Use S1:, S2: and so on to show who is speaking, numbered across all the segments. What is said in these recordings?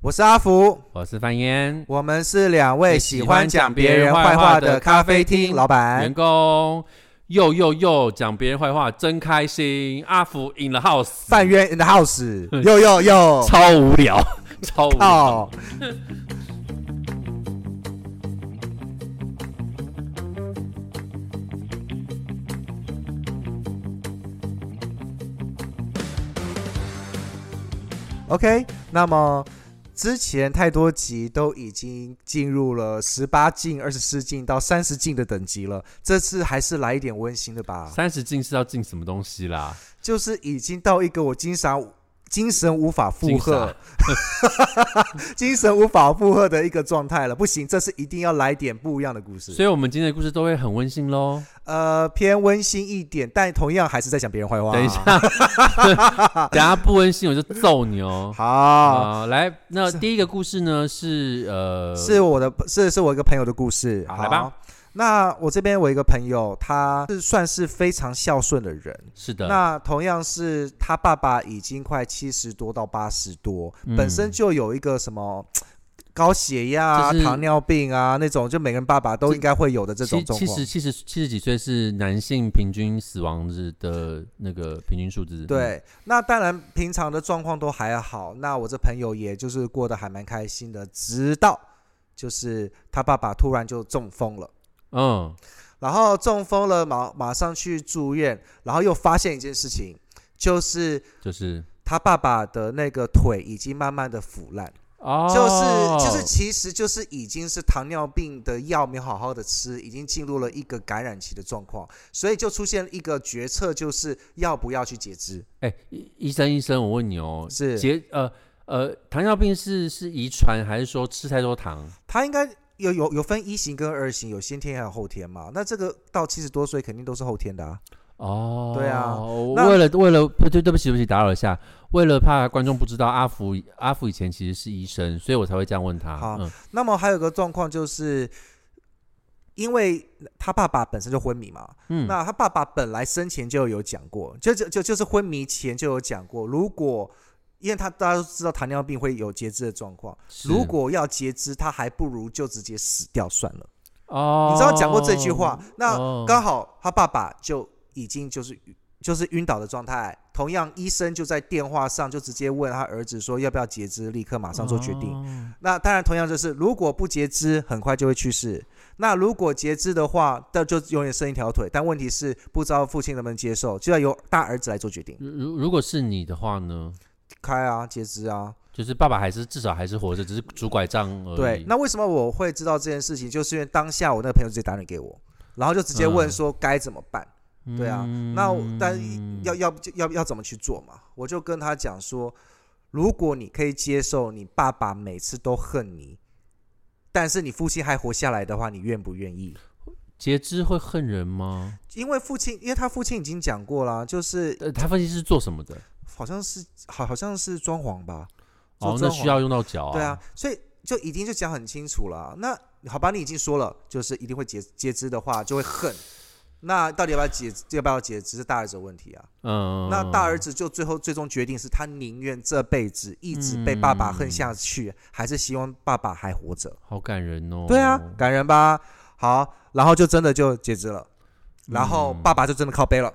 S1: 我是阿福，
S2: 我是范烟，
S1: 我们是两位喜
S2: 喜欢
S1: 欢
S2: 讲
S1: 讲
S2: 别
S1: 别
S2: 人
S1: 人
S2: 坏
S1: 坏
S2: 话
S1: 话
S2: 的
S1: 的
S2: 咖
S1: 咖
S2: 啡
S1: 啡
S2: 厅
S1: 厅老板
S2: 员。工又又又讲别人坏话，真开心。阿福 in the house，，
S1: 范渊 in the house，又又又
S2: 超无 聊，超无聊。
S1: 哦靠！OK，那么之前太多集都已经进入了十八禁、二十四禁到三十禁的等级了，这次还是来一点温馨的吧。
S2: 三十进是要进什么东西啦？
S1: 就是已经到一个我经常精神啊无法负
S2: 进
S1: 荷
S2: 啥，
S1: 精神无法负荷的一个状态了。不行，这次一定要来点不一样的故事
S2: 所，以我们今天的故事都会很温馨喽。
S1: 呃，偏温馨一点，但同样还是在讲别人坏话。
S2: 等 一下，等一下不温馨我就揍你哦。
S1: 好，
S2: 好，来，那第一个故事呢是呃，
S1: 是我的，是是我一个朋友的故事。
S2: 好来吧。
S1: 那我这边我一个朋友，他是算是非常孝顺的人。
S2: 是的，
S1: 那同样是他爸爸已经快七十多到八十多，
S2: 嗯
S1: 本身就有一个什么。高血压、啊、
S2: 就是
S1: 糖尿病啊，那种就每个人爸爸都应该会有的这种
S2: 七
S1: 状
S2: 七
S1: 况
S2: 十。七十七十几岁是男性平均死亡日的那个平均数字。嗯，
S1: 对，那当然平常的状况都还好。那我这朋友也就是过得还蛮开心的，直到就是他爸爸突然就中风了，
S2: 嗯，
S1: 然后中风了马马上去住院，然后又发现一件事情，就是
S2: 就是
S1: 他爸爸的那个腿已经慢慢的腐烂。
S2: 哦，
S1: 就是就是，其实就是已经是糖尿病的药没有好好的吃，已经进入了一个感染期的状况，所以就出现一个决策，就是要不要去截肢。
S2: 哎、医医生医生，我问你哦，
S1: 是
S2: 结呃呃，糖尿病是是遗传还是说吃太多糖？
S1: 他应该有有有分一型跟二型，有先天还有后天嘛？那这个到七十多岁肯定都是后天的啊。
S2: 哦，
S1: 对啊
S2: 我
S1: 那
S2: 为了为了对对对不起对不起，打扰一下，为了怕观众不知道阿福阿福以前其实是医生，所以我才会这样问他。
S1: 好
S2: 嗯，
S1: 那么还有个状况就是。因为他爸爸本身就昏迷嘛，
S2: 嗯
S1: 那他爸爸本来生前就有讲过，就就就就是昏迷前就有讲过，如果因为他大家都知道糖尿病会有截肢的状况，
S2: 是
S1: 如果要截肢，他还不如就直接死掉算了。
S2: 哦，
S1: 你知道讲过这句话，那
S2: 哦，
S1: 刚好他爸爸就已经就是就是晕倒的状态。同样，医生就在电话上就直接问他儿子说要不要截肢，立刻马上做决定。
S2: 哦
S1: 那当然，同样就是如果不截肢，很快就会去世。那如果截肢的话，那就永远剩一条腿。但问题是，不知道父亲能不能接受，就要由大儿子来做决定。
S2: 如如如果是你的话呢，
S1: 开啊，截肢啊，
S2: 就是爸爸还是至少还是活着，只是拄拐杖而已。
S1: 对，那为什么我会知道这件事情？就是因为当下我那个朋友直接打电话给我，然后就直接
S2: 嗯
S1: 问说该怎么办。对啊，那我但要要就要要怎么去做嘛？我就跟他讲说，如果你可以接受你爸爸每次都恨你，但是你父亲还活下来的话，你愿不愿意？
S2: 截肢会恨人吗？
S1: 因为父亲，因为他父亲已经讲过啦，就是
S2: 呃，他分析是做什么的？
S1: 好像是好好像是装潢吧，做
S2: 哦，那
S1: 装潢
S2: 需要用到脚啊。
S1: 对啊，，所以就已经就讲很清楚了。那好吧，你已经说了，就是一定会截截肢的话，就会恨。那到底要不要截？要不要截肢是大儿子的问题啊。
S2: 嗯，
S1: 那大儿子就最后最终决定是他宁愿这辈子一直被爸爸恨下去，还是希望爸爸还活着。
S2: 好感人哦。
S1: 对啊，感人吧？好，然后就真的就截肢了，然后爸爸就真的靠背了，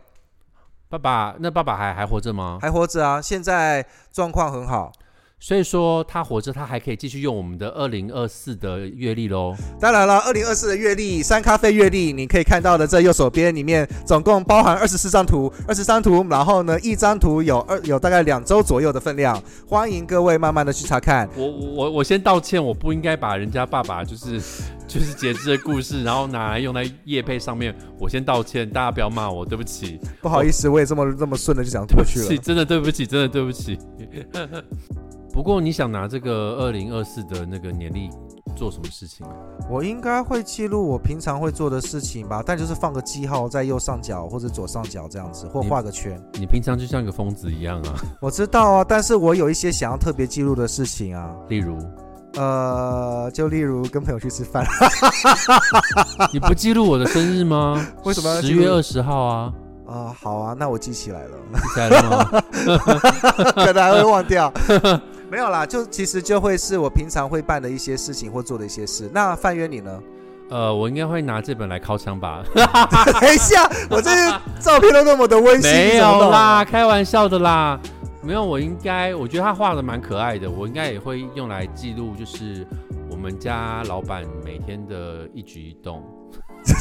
S2: 爸爸，那爸爸还还活着吗？
S1: 还活着啊，现在状况很好。
S2: 所以说他活着，他还可以继续用我们的二零二四的阅历喽。
S1: 当然了，二零二四的月历三咖啡月历，你可以看到的这右手边里面总共包含二十四张图，二十张图，然后呢，一张图有二有大概两周左右的分量，欢迎各位慢慢的去查看。
S2: 我我我我先道歉，我不应该把人家爸爸就是就是截肢的故事，然后拿来用在叶配上面。我先道歉，大家不要骂我，对不起，
S1: 不好意思，我也这么这么顺的就讲过去了
S2: 是。真的对不起，真的对不起。 不过你想拿这个二零二四的那个年历做什么事情啊？
S1: 我应该会记录我平常会做的事情吧，但就是放个记号在右上角或者左上角这样子，或
S2: 你
S1: 画个圈。
S2: 你平常就像一个疯子一样啊，
S1: 我知道啊，但是我有一些想要特别记录的事情 啊，
S2: 例如
S1: 呃，就例如跟朋友去吃饭，？
S2: 你不记录我的生日吗
S1: 为什么要
S2: 十
S1: 记录
S2: 月二十号啊，
S1: 啊、 好啊，那我记起来了。
S2: 记起来了吗？
S1: 可能还会忘掉。 没有啦，就其实就会是我平常会办的一些事情或做的一些事。那范约你呢？
S2: 呃，我应该会拿这本来敲枪吧？
S1: 等一下，我这照片都那么的温馨，
S2: 没
S1: 你怎么
S2: 有
S1: 弄
S2: 啦，开玩笑的啦。没有，我应该，我觉得他画的蛮可爱的，我应该也会用来记录，就是我们家老板每天的一举一动。
S1: 这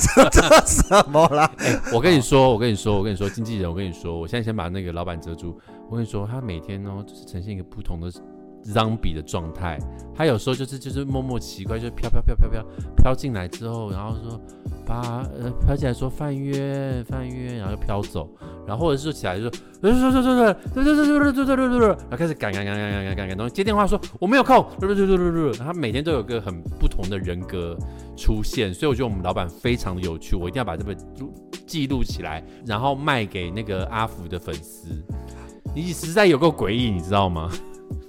S1: 什么啦？
S2: 哎、我跟你说，我跟你说，我跟你说，经纪人，我跟你说，我现在先把那个老板遮住。我跟你说，他每天哦，就是呈现一个不同的 zombie 的状态。他有时候就是就是默默奇怪，就是飘飘飘飘飘飘进来之后，然后说把呃飘起来说范约范约，然后就飘走，然后或者是起来就说对对对对对对对对对对对对，然后开始赶赶赶赶赶赶赶赶东西，接电话说我没有空，对对对对对，他每天都有个很不同的人格出现，所以我觉得我们老板非常的有趣，我一定要把这本录记录起来，然后卖给那个阿福的粉丝。你实在有够诡异，你知道吗？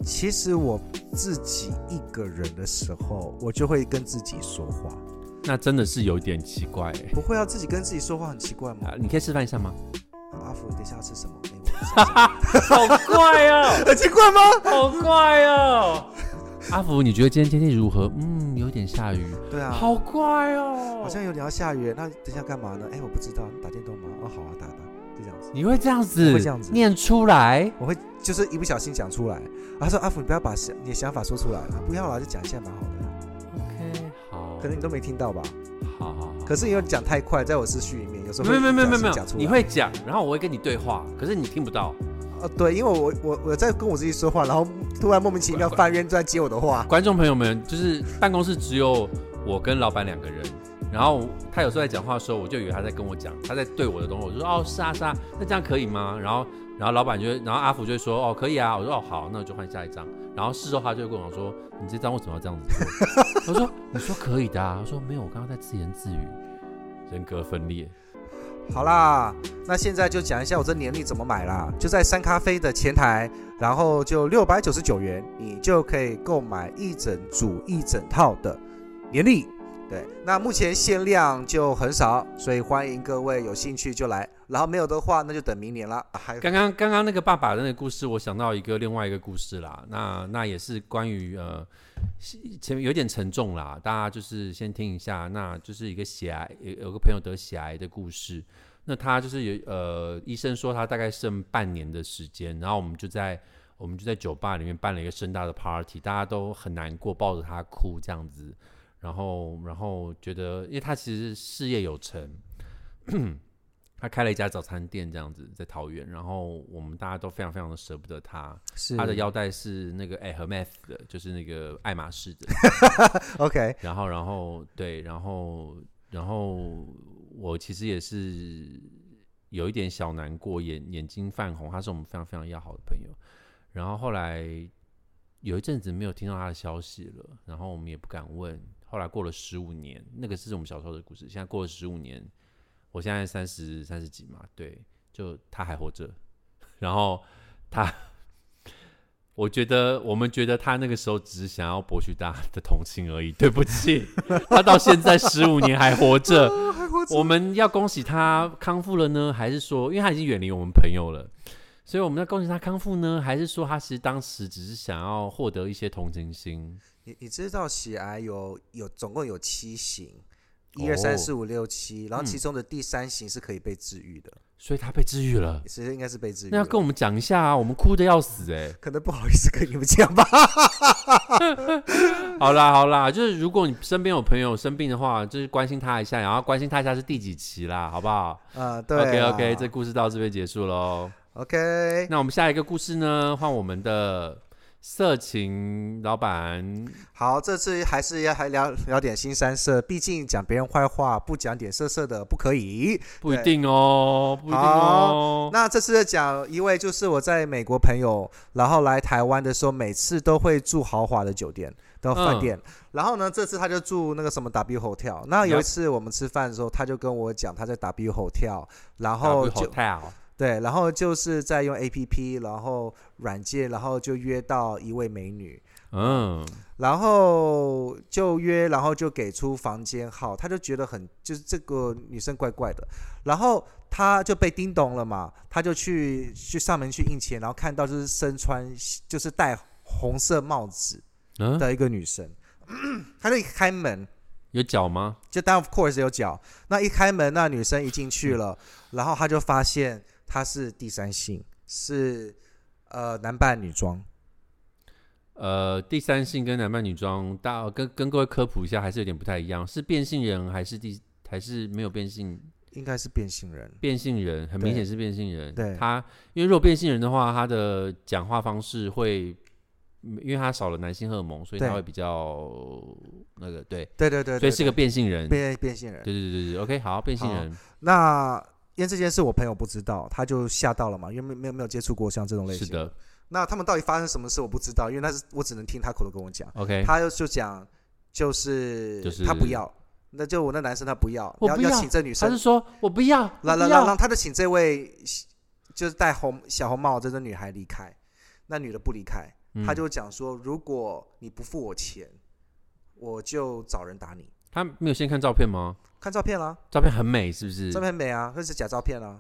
S1: 其实我自己一个人的时候，我就会跟自己说话。
S2: 那真的是有点奇怪、欸。
S1: 不会啊，自己跟自己说话很奇怪吗
S2: 啊？，你可以示范一下吗？
S1: 阿福，等一下要吃什么？哎
S2: 好怪哦，
S1: 很奇怪吗？
S2: 好怪哦。阿福，你觉得今天天气如何？嗯，有点下雨，
S1: 对啊，
S2: 好怪哦。
S1: 好像有点要下雨。那等一下干嘛呢？哎，我不知道，打电动吗？哦，好啊，打吧，就这样子。
S2: 你会这样子，
S1: 会这样子
S2: 念出来。
S1: 我会就是一不小心讲出来。他说：“阿福，你不要把想你的想法说出来了，不要啦，就讲一下蛮好的。
S2: OK，好，
S1: 可能你都没听到吧？
S2: 好好好。
S1: 可是你又讲太快，在我思绪里面，有时候
S2: 没有没有没有没有没有
S1: 讲，出来。
S2: 你会讲，然后我会跟你对话，可是你听不到。
S1: 哦，对，因为我我我在跟我自己说话，然后突然莫名其妙
S2: 乖乖
S1: 翻冤在接我的话。
S2: 观众朋友们，就是办公室只有我跟老板两个人，然后他有时候在讲话的时候，我就以为他在跟我讲，他在对我的东西，我就说哦是啊是啊，那这样可以吗？然后然后老板就会，然后阿福就会说哦可以啊，我说哦好，那我就换下一张。然后事后他就会跟我讲说你这张为什么要这样子做？我说你说可以的啊，他说没有，我刚刚在自言自语，人格分裂。
S1: 好啦，那现在就讲一下我这年历怎么买啦，就在三咖啡的前台，然后就六百九十九元，你就可以购买一整组一整套的年历。对，那目前限量就很少，所以欢迎各位有兴趣就来，然后没有的话那就等明年啦。啊 还
S2: 刚刚刚刚那个爸爸的那个故事，我想到一个另外一个故事啦。那那也是关于呃，西前面有点沉重啦，大家就是先听一下。那就是一个血癌，有有个朋友得血癌的故事。那他就是有呃，医生说他大概剩半年的时间，然后我们就在我们就在酒吧里面办了一个盛大的 party，大家都很难过，抱着他哭这样子。然后然后觉得，因为他其实事业有成，他开了一家早餐店，这样子在桃园，然后我们大家都非常非常的舍不得他。
S1: 是
S2: 他的腰带是啊那个哎 Hermes 的，就是那个爱马仕的。
S1: OK，
S2: 然后，然后对，然后，然后我其实也是有一点小难过，眼眼睛泛红。他是我们非常非常要好的朋友，然后后来有一阵子没有听到他的消息了，然后我们也不敢问。后来过了十五年，那个是我们小时候的故事。现在过了十五年，我现在三十三十几嘛，对，就他还活着，然后他。我觉得，我们觉得他那个时候只是想要博取大家的同情而已。对不起，他到现在十五年还活着，
S1: 哦
S2: 我们要恭喜他康复了呢，还是说，因为他已经远离我们朋友了，所以我们要恭喜他康复呢，还是说他其实当时只是想要获得一些同情心？
S1: 你你知道血癌有有总共有七型，
S2: 哦
S1: 一二三四五六七，然后其中的第三型是可以被治愈的，
S2: 所以他被治愈了。
S1: 其实应该是被治愈的。
S2: 那要跟我们讲一下啊，我们哭的要死哎、
S1: 可能不好意思跟你们讲 吧。
S2: 好啦好啦，就是如果你身边有朋友生病的话，就是关心他一下，然后关心他一下是第几期啦，好不好？
S1: 啊、对
S2: OK OK，这故事到这边结束喽。
S1: OK。
S2: 那我们下一个故事呢，换我们的色情老板。
S1: 好，这次还是要还聊聊点新三色，毕竟讲别人坏话不讲点色色的不可以。
S2: 不一定哦，不一定哦。
S1: 那这次讲一位就是我在美国朋友，然后来台湾的时候，每次都会住豪华的酒店的
S2: 嗯
S1: 饭店，然后呢，这次他就住那个什么 W Hotel。那有一
S2: Yup
S1: 次我们吃饭的时候，他就跟我讲他在 W Hotel，然
S2: 然
S1: 后就
S2: hotel
S1: 对，然后就是在用 APP，然后软件，然后就约到一位美女，
S2: 嗯，
S1: 然后就约，然后就给出房间号，他就觉得很就是这个女生怪怪的，然后他就被叮咚了嘛，他就去去上门去印钱，然后看到就是身穿就是戴红色帽子
S2: 嗯，
S1: 的一个女生，她就一开门，
S2: 有脚吗？
S1: 就当然 of course 有脚，那一开门，那女生一进去了，然后她就发现她是第三性，是呃男扮女装，
S2: 呃，第三性跟男扮女装，大跟跟各位科普一下，还是有点不太一样，是变性人还是第还是没有变性？
S1: 应该是变性人，
S2: 变性人很明显是变性人，
S1: 对
S2: 他因为如果变性人的话，他的讲话方式会，嗯因为他少了男性荷尔蒙，所以
S1: 对
S2: 他会比较那个对，
S1: 对对对
S2: 所
S1: 对
S2: 以是个变性人，对
S1: 变变性人。
S2: 对对对，OK，好，变性
S1: 好
S2: 人
S1: 那因为这件事我朋友不知道，他就吓到了嘛，因为没没有没有接触过像这种类
S2: 是
S1: 型。
S2: 的
S1: 那他们到底发生什么事我不知道，因为那是我只能听他口头跟我讲。
S2: ，OK，
S1: 他就讲就是
S2: 就是
S1: 他不要，那就我那男生他不要，
S2: 我
S1: 要
S2: 不要
S1: 请这女
S2: 他是
S1: 生，
S2: 说我不要，
S1: 来来
S2: 我不
S1: 来，
S2: 要
S1: 让他就请这位就是戴红小红帽这个女孩离开，那女的不离开，
S2: 嗯
S1: 他就讲说，如果你不付我钱，我就找人打你。
S2: 他没有先看照片吗？
S1: 看照片啦、
S2: 照片很美，是不是？
S1: 照片美啊，那是假照片啊。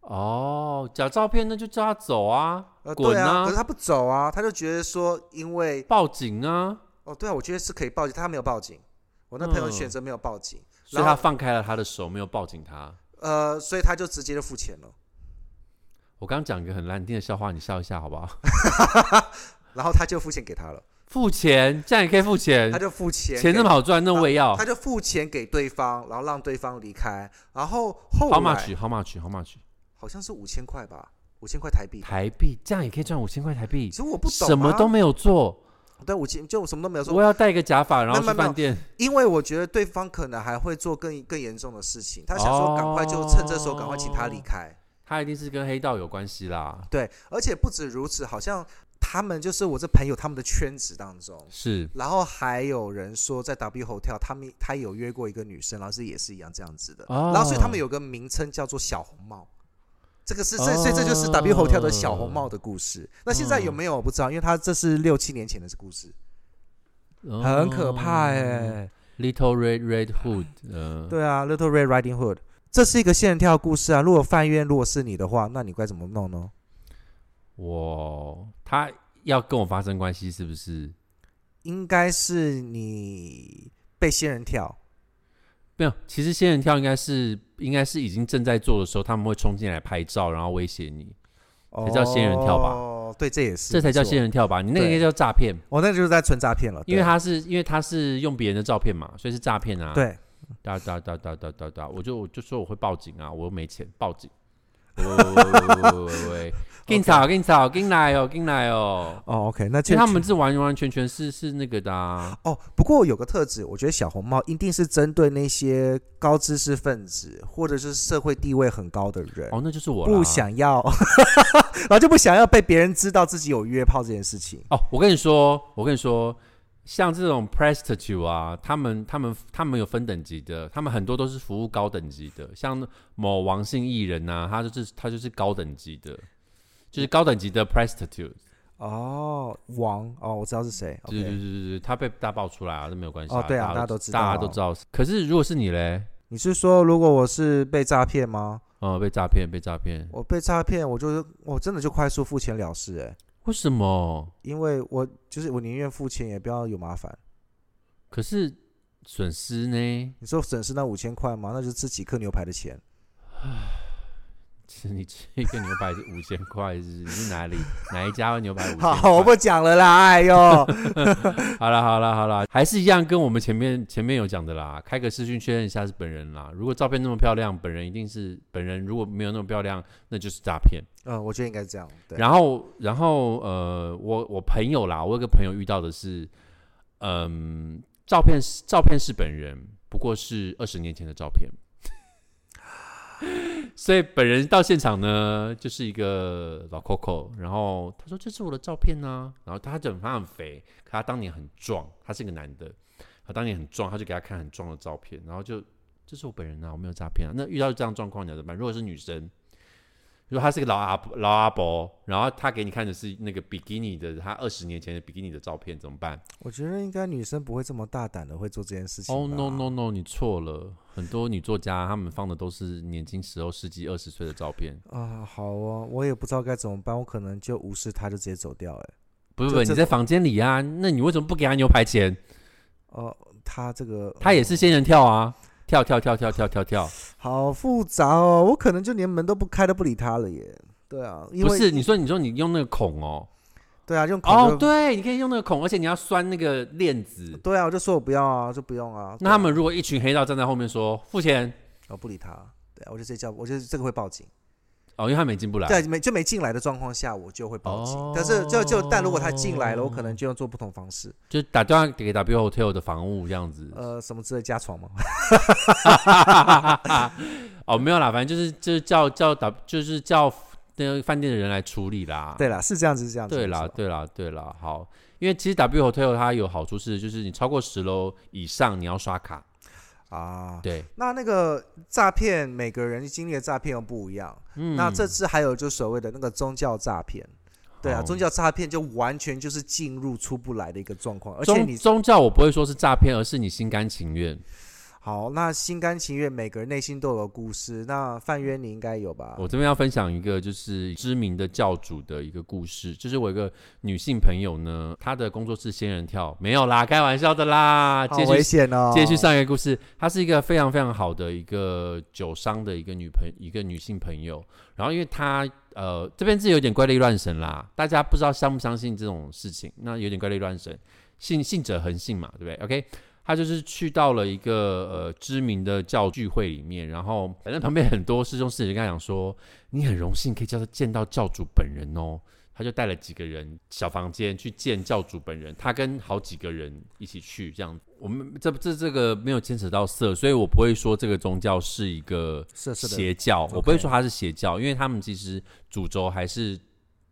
S2: 哦，假照片那就叫他走啊，
S1: 呃，对
S2: 滚
S1: 啊，可是他不走啊，他就觉得说，因为
S2: 报警啊，
S1: 哦，对啊，我觉得是可以报警，他没有报警，我那朋友
S2: 嗯
S1: 选择没有报警，
S2: 所
S1: 然
S2: 以
S1: 后
S2: 他放开了他的手，没有抱紧他。
S1: 呃，所以他就直接就付钱了，
S2: 我刚讲一个很难听的笑话，你笑一下好不好？
S1: 然后他就付钱给他了，
S2: 付钱，这样也可以付钱
S1: 他，就付钱，
S2: 钱那么好赚，那我也要
S1: 他。就付钱给对方，然后让对方离开，然后后
S2: How
S1: 来
S2: much？How much？How much？
S1: 好像是五千块吧，五千块台币，
S2: 台币，这样也可以赚五千块台币
S1: 其，实我不懂、啊，
S2: 什么都没有做，
S1: 对，五千就我什么都没有说，
S2: 我要戴一个假发，然后
S1: 没有
S2: 去
S1: 没有
S2: 饭店。
S1: 因为我觉得对方可能还会做更更严重的事情，他想
S2: 哦
S1: 说赶快就趁这时候赶快请他离开。
S2: 他一定是跟黑道有关系啦，
S1: 对，而且不止如此，好像他们就是我这朋友他们的圈子当中，
S2: 是
S1: 然后还有人说在 W Hotel 他们他有约过一个女生，然后是也是一样这样子的，
S2: 哦
S1: 然后所以他们有个名称叫做小红帽。这个是这，所以这就是 W Hotel 的小红帽的故事。那现在有没有我不知道，因为他这是六七年前的故事，
S2: 哦
S1: 很可怕哎、
S2: Little Red Red Hood，呃，
S1: 对啊，Little Red Riding Hood，这是一个仙人跳的故事啊。如果范渊如果是你的话，那你该怎么弄呢？
S2: 我他要跟我发生关系是不是？
S1: 应该是你被仙人跳，
S2: 没有，其实仙人跳应该是应该是已经正在做的时候，他们会冲进来拍照，然后威胁你，
S1: 才
S2: 叫仙人跳吧
S1: 哦，对，这也是，
S2: 这才叫
S1: 没错
S2: 仙。人跳吧？你那个应
S1: 对
S2: 该叫诈骗，
S1: 我那个就是在纯诈骗了，
S2: 因为
S1: 对
S2: 他是因为他是用别人的照片嘛，所以是诈骗啊。，
S1: 对
S2: 哒哒哒哒哒哒哒，我就我就说我会报警啊，我又没钱，报警。喂喂喂喂，警察警察进来哦，进来哦。
S1: 哦，OK，那
S2: 其实
S1: 这
S2: 他们是完完全全是是那个的啊，
S1: 哦，不过有个特质，我觉得小红帽一定是针对那些高知识分子或者是社会地位很高的人，
S2: 哦，那就是我啦
S1: 不想要， 然后就不想要被别人知道自己有约炮这件事情。
S2: 哦，我跟你说，我跟你说，像这种 prostitute 啊，他们他们他们有分等级的，他们很多都是服务高等级的，像某王姓艺人呐、他就是他就是高等级的，就是高等级的 prostitute，
S1: 哦，王哦，我知道是谁
S2: 对对对
S1: ，OK，
S2: 对对，他被大爆出来啊，这没有关系、
S1: 哦对啊
S2: 大
S1: 大
S2: 家
S1: 家都知道
S2: 大家都知道。可是如果是你嘞，
S1: 你是说如果我是被诈骗吗？
S2: 哦、被诈骗，被诈骗，
S1: 我被诈骗，我就是我真的就快速付钱了事、欸，
S2: 为什么？
S1: 因为我就是我宁愿付钱也不要有麻烦。
S2: 可是损失呢？
S1: 你说损失那五千块吗？那就吃几颗牛排的钱。
S2: 其实你吃一个牛排是五千块，是不是？是哪里哪一家牛排五千块？
S1: 好，我不讲了啦，哎 呦，
S2: 好啦好啦好啦，还是一样跟我们前面前面有讲的啦，开个视讯确认一下是本人啦。如果照片那么漂亮，本人一定是本人；如果没有那么漂亮，那就是诈骗。
S1: 嗯，我觉得应该是这样。对，
S2: 然后然后呃，我我朋友啦，我有个朋友遇到的是，嗯、照片是照片是本人，不过是二十年前的照片。 所以本人到现场呢，就是一个老 Coco，然后他说这是我的照片啊，然后他就他很肥，可他当年很壮，他是个男的，他当年很壮，他就给他看很壮的照片，然后就这是我本人啊，我没有诈骗啊。那遇到这样的状况你要怎么办？如果是女生，如果她是个老阿婆老阿伯，然后她给你看的是那个比基尼的，她二十年前的比基尼的照片怎么办
S1: 我觉得应该女生不会这么大胆的会做这件事情。
S2: 哦 no no no，你错了，很多女作家她们放的都是年轻时候十几二十岁的照片。
S1: 啊，好哦，我也不知道该怎么办，我可能就无视他，就直接走掉、欸。
S2: 不是
S1: 这
S2: 不是，
S1: 这
S2: 你在房间里啊，那你为什么不给他牛排钱？
S1: 哦，他这个哦
S2: 他也是仙人跳啊，跳跳跳跳跳跳跳，
S1: 好复杂哦，我可能就连门都不开都不理他了耶。对啊，因为
S2: 不是？你说你说你用那个孔哦，
S1: 对啊，用口
S2: 哦
S1: 就
S2: 对，你可以用那个孔，而且你要拴那个链子。
S1: 对啊，我就说我不要啊，就不用啊。
S2: 那他们如果一群黑道站在后面说付钱
S1: 我不理他，对啊，我就直接叫，我就这个会报警。
S2: 哦，因为他们也进不来。
S1: 在没就没进来的状况下，我就会报警。但是就就但如果他进来了，我可能就要做不同方式，
S2: 就打电话给 W Hotel 的房务这样子。
S1: 呃，什么之类加床嘛。
S2: 啊 哦，没有啦，反正就是就是叫叫打，就是叫那个饭店的人来处理啦。
S1: 对啦，是这样子，是这样子。
S2: 对
S1: 没
S2: 啦，
S1: 错，
S2: 对啦，对啦。好，因为其实 W Hotel 它有好处是，就是你超过十楼以上你要刷卡。
S1: 啊，
S2: 对，
S1: 那那个诈骗，每个人经历的诈骗又不一样。
S2: 嗯，
S1: 那这次还有就所谓的那个宗教诈骗，对啊，
S2: 好
S1: 宗教诈骗就完全就是进入出不来的一个状况，而且
S2: 宗
S1: 你
S2: 宗教我不会说是诈骗，而是你心甘情愿。
S1: 好，那心甘情愿，每个人内心都有个故事。那范渊你应该有吧？
S2: 我这边要分享一个就是知名的教主的一个故事，就是我有一个女性朋友呢，她的工作是仙人跳，没有啦，开玩笑的啦，
S1: 好
S2: 接续
S1: 危险哦！
S2: 接续上一个故事，她是一个非常非常好的一个酒商的一个女朋一个女性朋友。然后因为她呃这边是有点怪力乱神啦，大家不知道相不相信这种事情，那有点怪力乱神，信信者恒信嘛，对不对？OK。她就是去到了一个呃知名的教聚会里面，然后呃反正旁边很多师兄师姐就跟她讲说，你很荣幸可以叫见到教主本人哦。她就带了几个人小房间去见教主本人，她跟好几个人一起去这样。我们这这这个没有牵扯到色，所以我不会说这个宗教是一个
S1: 呃是是的，
S2: 邪教，
S1: OK
S2: 我不会说它是邪教，因为他们其实主轴还是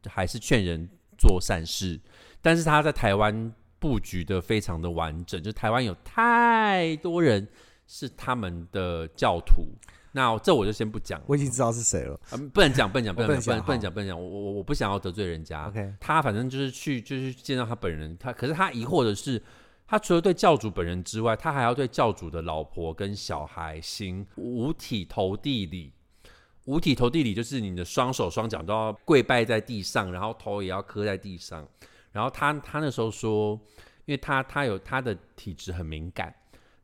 S2: 还是劝人做善事，但是他在台湾布局的非常的完整，就台湾有太多人是他们的教徒，那这我就先不讲，
S1: 我已经知道是谁了。
S2: 呃不能讲，不能讲，不
S1: 我
S2: 能
S1: 不
S2: 讲，
S1: 能讲
S2: 不能讲，不能讲，我我我不想要得罪人家。
S1: OK，
S2: 他反正就是去就是见到他本人，他可是他疑惑的是，他除了对教主本人之外，他还要对教主的老婆跟小孩行五体投地礼。五体投地礼就是你的双手双脚都要跪拜在地上，然后头也要磕在地上。然后他他那时候说，因为他他有他的体质很敏感，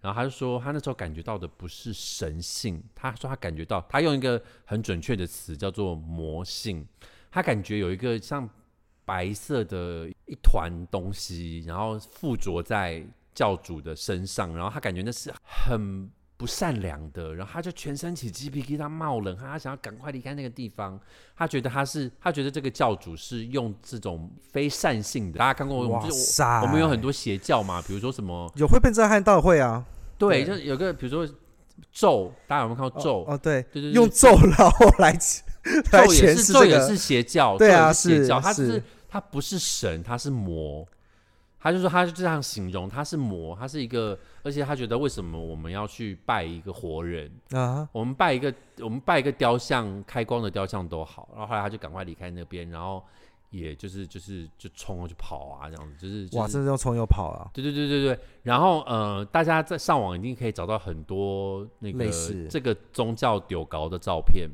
S2: 然后他就说他那时候感觉到的不是神性，他说他感觉到他用一个很准确的词叫做魔性，他感觉有一个像白色的一团东西，然后附着在教主的身上，然后他感觉那是很不善良的，然后他就全身起鸡皮疙瘩冒冷汗，他想要赶快离开那个地方。他觉得他是，他觉得这个教主是用这种非善性的，大家看过我们
S1: 哇
S2: 就是
S1: 塞，
S2: 我我们有很多邪教嘛，比如说什么，
S1: 有会变震撼到会啊，对
S2: 对，就是有个比如说咒，大家有没有看过咒？
S1: 哦，对，
S2: 对对对，
S1: 用咒然后来 来
S2: 咒也
S1: 诠
S2: 是
S1: 释
S2: 咒
S1: 这
S2: 也
S1: 个
S2: 是邪教，
S1: 对啊
S2: 咒也是邪教，
S1: 是
S2: 它是
S1: 是
S2: 它不是神，它是魔。他就说，他就这样形容，他是魔，他是一个，而且他觉得为什么我们要去拜一个活人？
S1: 啊，
S2: 我们拜一个，我们拜一个雕像，开光的雕像都好。然后后来他就赶快离开那边，然后也就是就是就冲了就跑啊，这样子，就是、就是、
S1: 哇，真的用葱油跑啊，
S2: 对对对对对，然后呃，大家在上网一定可以找到很多那个
S1: 类似
S2: 这个宗教丢高的照片，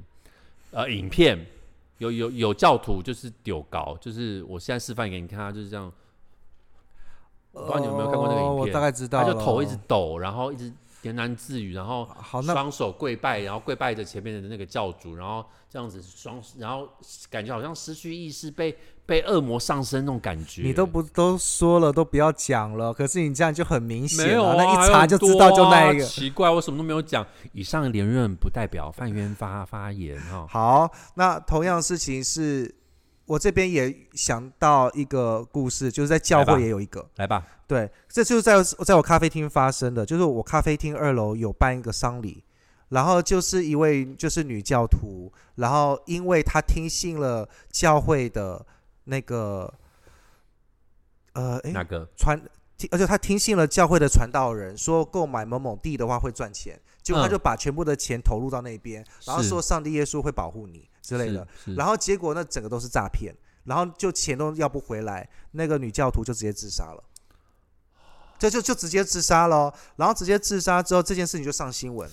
S2: 呃，影片有有有教徒就是丢高，就是我现在示范给你看，他啊就是这样，不知道你有没有看过那个影
S1: 哦我
S2: 片
S1: 大概知道
S2: 他
S1: 了，
S2: 就头一直抖，然后一直喃喃自语，然后
S1: 好，那
S2: 双手跪拜，然后跪拜着前面的那个教主，然后这样子双，然后感觉好像失去意识，被被恶魔上身那种感觉。
S1: 你都不都说了，都不要讲了，可是你这样就很明显
S2: 没有
S1: 了，
S2: 啊，
S1: 那
S2: 还
S1: 一
S2: 有
S1: 查就知道
S2: 多
S1: 就那
S2: 啊
S1: 一个。
S2: 奇怪，我什么都没有讲。以上言论不代表范渊发发言哈。
S1: 好，那同样事情是我这边也想到一个故事，就是在教
S2: 来吧
S1: 会也有一个，
S2: 来吧，
S1: 对，这就是在在我咖啡厅发生的，就是我咖啡厅二楼有办一个丧礼，然后就是一位就是女教徒，然后因为她听信了教会的那个，呃，诶，
S2: 那个
S1: 传，听而且她听信了教会的传道人说购买某某地的话会赚钱，结果她
S2: 嗯
S1: 就把全部的钱投入到那边，然后
S2: 是
S1: 说上帝耶稣会保护你之类的，
S2: 是，
S1: 然后结果那整个都是诈骗，然后就钱都要不回来，那个女教徒就直接自杀了，就就就直接自杀了哦，然后直接自杀之后这件事情就上新闻，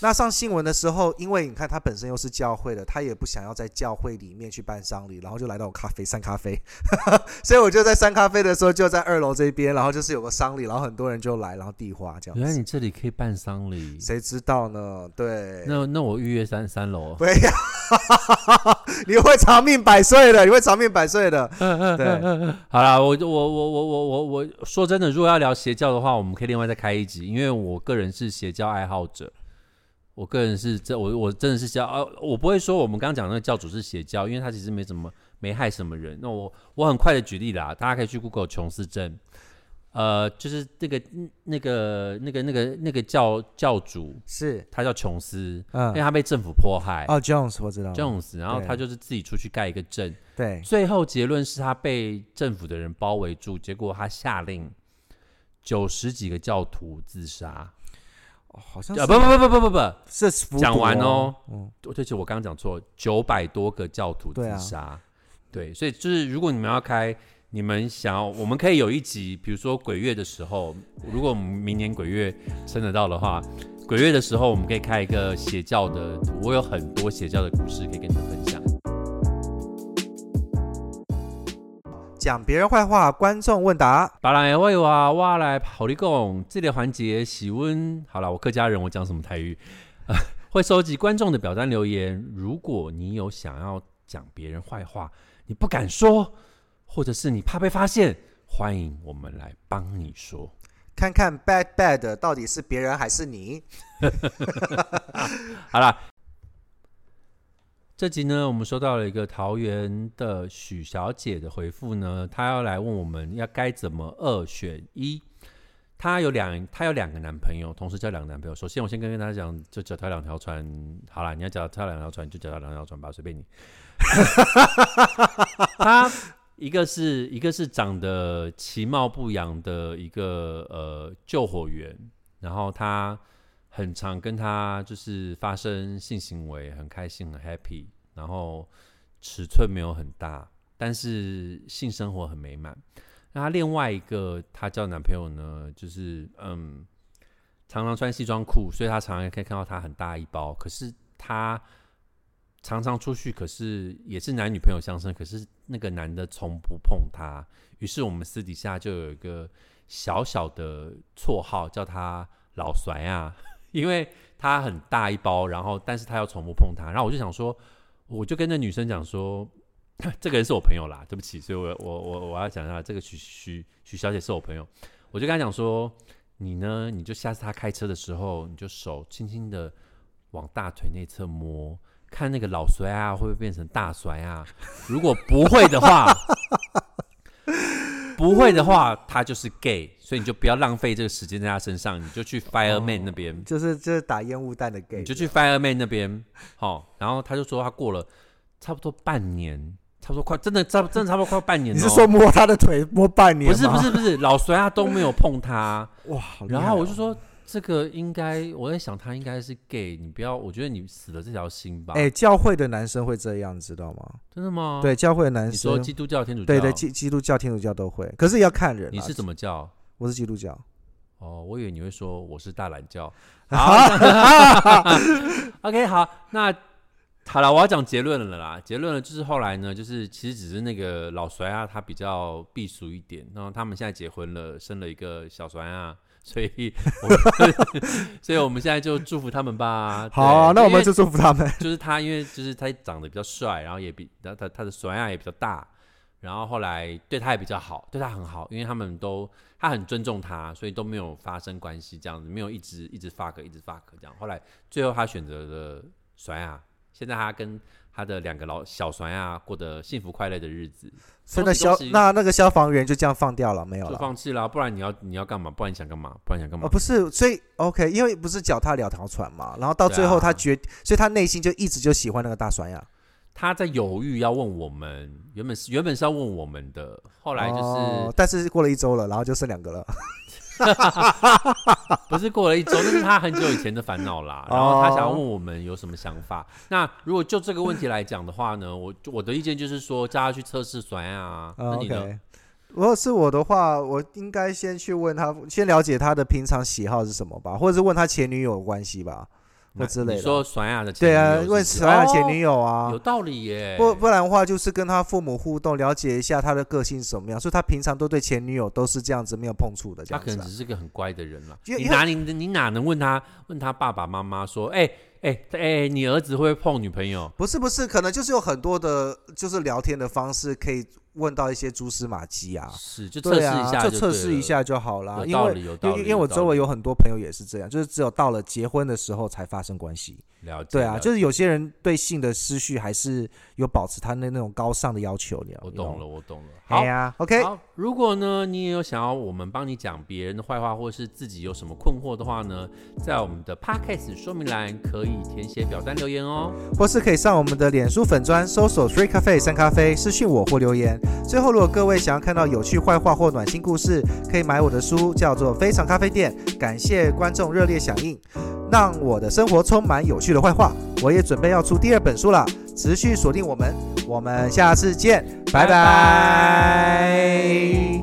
S1: 那上新闻的时候，因为你看他本身又是教会的，他也不想要在教会里面去办丧礼，然后就来到我咖啡散咖啡， 所以我就在散咖啡的时候就在二楼这边，然后就是有个丧礼，然后很多人就来，然后递花这
S2: 原
S1: 样
S2: 来
S1: 子。
S2: 你这里可以办丧礼，
S1: 谁知道呢？对，
S2: 那那我预约三三楼。
S1: 对呀， 你会长命百岁的，你会长命百岁的。
S2: 嗯
S1: 对，
S2: 好啦，我我我我我我我说真的，如果要聊邪教的话，我们可以另外再开一集，因为我个人是邪教爱好者，我个人是这我我真的是邪教，啊，我不会说我们刚刚讲的那个教主是邪教，因为他其实没怎么没害什么人。那我我很快的举例啦，大家可以去 Google 琼斯镇，呃，就是那个那个那个那个那个教教主，
S1: 是，
S2: 他叫琼斯，因为
S1: 嗯，
S2: 他被政府迫害。
S1: 哦，Jones 我知道，
S2: 哎 Jones，然后
S1: 对
S2: 他就是自己出去盖一个镇，
S1: 对，
S2: 最后结论是他被政府的人包围住，结果他下令九十几个教徒自杀。啊
S1: 哦好像
S2: 不不不不不不不，
S1: 是是服毒
S2: 讲完哦，
S1: 嗯，
S2: 对不起，我刚刚讲错，九百多个教徒自
S1: 对啊
S2: 杀。对，所以就是如果你们要开，你们想要，我们可以有一集，比如说鬼月的时候，如果我们明年鬼月撑得到的话，鬼月的时候我们可以开一个邪教的，我有很多邪教的故事可以跟你们分享。
S1: 讲别人坏话，观众问答，
S2: 别人会话，哎我来好你讲。这个环节喜温，好了，我客家人，我讲什么台语？ 会收集观众的表单留言。如果你有想要讲别人坏话，你不敢说，或者是你怕被发现，欢迎我们来帮你说。
S1: 看看 bad bad 的到底是别人还是你？
S2: 好啦，这集呢，我们收到了一个桃园的许小姐的回复呢，她要来问我们要该怎么二选一。她有两，她有两个男朋友，同时交两个男朋友。首先，我先跟大家讲，就脚踏两条船。好啦，你要脚踏两条船，就脚踏两条船吧，随便你。 她一个是一个是长得其貌不扬的一个呃救火员，然后她很常跟他就是发生性行为，很开心很 happy，然后尺寸没有很大，但是性生活很美满。那他另外一个他交的男朋友呢，就是嗯，常常穿西装裤，所以他常常可以看到他很大一包。可是他常常出去，可是也是男女朋友相称，可是那个男的从不碰他。于是我们私底下就有一个小小的绰号，叫他老甩啊。因为他很大一包，然后但是他又从不碰它，然后我就想说，我就跟那女生讲说， 这个人是我朋友啦，对不起，所以我我我我要讲一下，这个许许许小姐是我朋友，我就跟她讲说，你呢，你就下次她开车的时候，你就手轻轻的往大腿内侧摸，看那个老衰啊会不会变成大衰啊，如果不会的话。 不会的话，他就是 gay，所以你就不要浪费这个时间在他身上，你就去 fireman 那边。
S1: 就是就是打烟雾弹的 gay，
S2: 你就去 Fireman 那边，好、然后他就说他过了差不多半年，差不多快真的差不真的差不多快半年、哦。
S1: 你是说摸他的腿摸半年
S2: 不是
S1: 吗
S2: 不是不是，老隋他都没有碰他，啊
S1: 哇， 好厉害
S2: 然后我就
S1: 哦，
S2: 说这个应该我在想他应该是 gay，你不要，我觉得你死了这条心吧。
S1: 哎、教会的男生会这样，你知道吗？
S2: 真的吗？，
S1: 对，教会的男
S2: 你说
S1: 生，
S2: 基督教、天主教，
S1: 对对，基基督教、天主教都会，可是也要看人、啊。
S2: 你是怎么教？
S1: 我是基督教。
S2: 哦，我以为你会说我是大懒教。 好，OK，好，那好了，我要讲结论了啦。结论了就是后来呢，就是其实只是那个老衰啊，他比较避俗一点，然后他们现在结婚了，生了一个小衰啊。所以我们， 所以我们现在就祝福他们吧。
S1: 好啊、
S2: 对
S1: 那我
S2: 因为
S1: 们就祝福他们。
S2: 就是他，因为就是他长得比较帅，然后也比然后他他的损害也比较大，然后后来对他也比较好，对他很好，因为他们都他很尊重他，所以都没有发生关系这样子，没有一直一直 fuck 一直 fuck 这样。后来最后他选择了甩啊，现在他跟他的两个老小甩啊过得幸福快乐的日子，
S1: 所 以那消
S2: 恭喜
S1: 那那个消防员就这样放掉了，没有
S2: 就
S1: 了。
S2: 放弃啊啦，不然你要你要干嘛？不然你想干嘛？不然你想干嘛
S1: 哦，？不是，所以 OK，因为不是脚踏两条船嘛，然后到
S2: 对
S1: 最后
S2: 啊
S1: 他决，所以他内心就一直就喜欢那个大甩呀。
S2: 他在犹豫要问我们，原本是原本是要问我们的，后来就是、
S1: 哦，但是过了一周了，然后就剩两个了。
S2: 不是过了一周，那是他很久以前的烦恼啦。
S1: 哦
S2: 然后他想要问我们有什么想法。那如果就这个问题来讲的话呢，我我的意见就是说，叫他去测试酸啊。
S1: 哦
S2: 那你呢？
S1: OK，如果是我的话，我应该先去问他，先了解他的平常喜好是什么吧，或者是问他前女友的关系吧。或之类
S2: 你
S1: 的。
S2: 说甩牙的前女
S1: 对
S2: 友
S1: 啊
S2: 是，不
S1: 问
S2: 是
S1: 小雅前
S2: 哦
S1: 女友啊，
S2: 有道理耶。
S1: 不不然的话，就是跟他父母互动，了解一下他的个性是什么样。所以他平常都对前女友都是这样子，没有碰触的这
S2: 他
S1: 样
S2: 可
S1: 子
S2: 能
S1: 啊、
S2: 只是个很乖的人啦。
S1: 因为
S2: 你
S1: 因为
S2: 哪里你哪能问他问他爸爸妈妈说，哎哎哎，你儿子会不会碰女朋友？
S1: 不是不是，可能就是有很多的，就是聊天的方式可以问到一些蛛丝马迹啊。
S2: 是，就测试
S1: 对
S2: 一
S1: 啊，
S2: 下，
S1: 就测试一，下就好啦。
S2: 有
S1: 因
S2: 道
S1: 为
S2: 理，有道
S1: 因
S2: 理。
S1: 为因为我
S2: 道
S1: 周围
S2: 理
S1: 有很多朋友也是这样，就是只有到了结婚的时候才发生关系。
S2: 了解，
S1: 对啊，
S2: 了
S1: 就是有些人对性的思绪还是有保持他那那种高尚的要求，你知道
S2: 我
S1: 你懂
S2: 懂了，我懂了。好
S1: 哎，呀，OK，
S2: 好，如果呢你也有想要我们帮你讲别人的坏话，或是自己有什么困惑的话呢，在我们的 podcast 说明栏可以填写表单留言哦。
S1: 或是可以上我们的脸书粉砖搜索 Three Cafe 三咖啡私讯我或留言。最后，如果各位想要看到有趣坏话或暖心故事，可以买我的书，叫做《非常咖啡店》。感谢观众热烈响应，让我的生活充满有趣的坏话。我也准备要出第二本书了，持续锁定我们，我们下次见，拜拜。
S2: 拜拜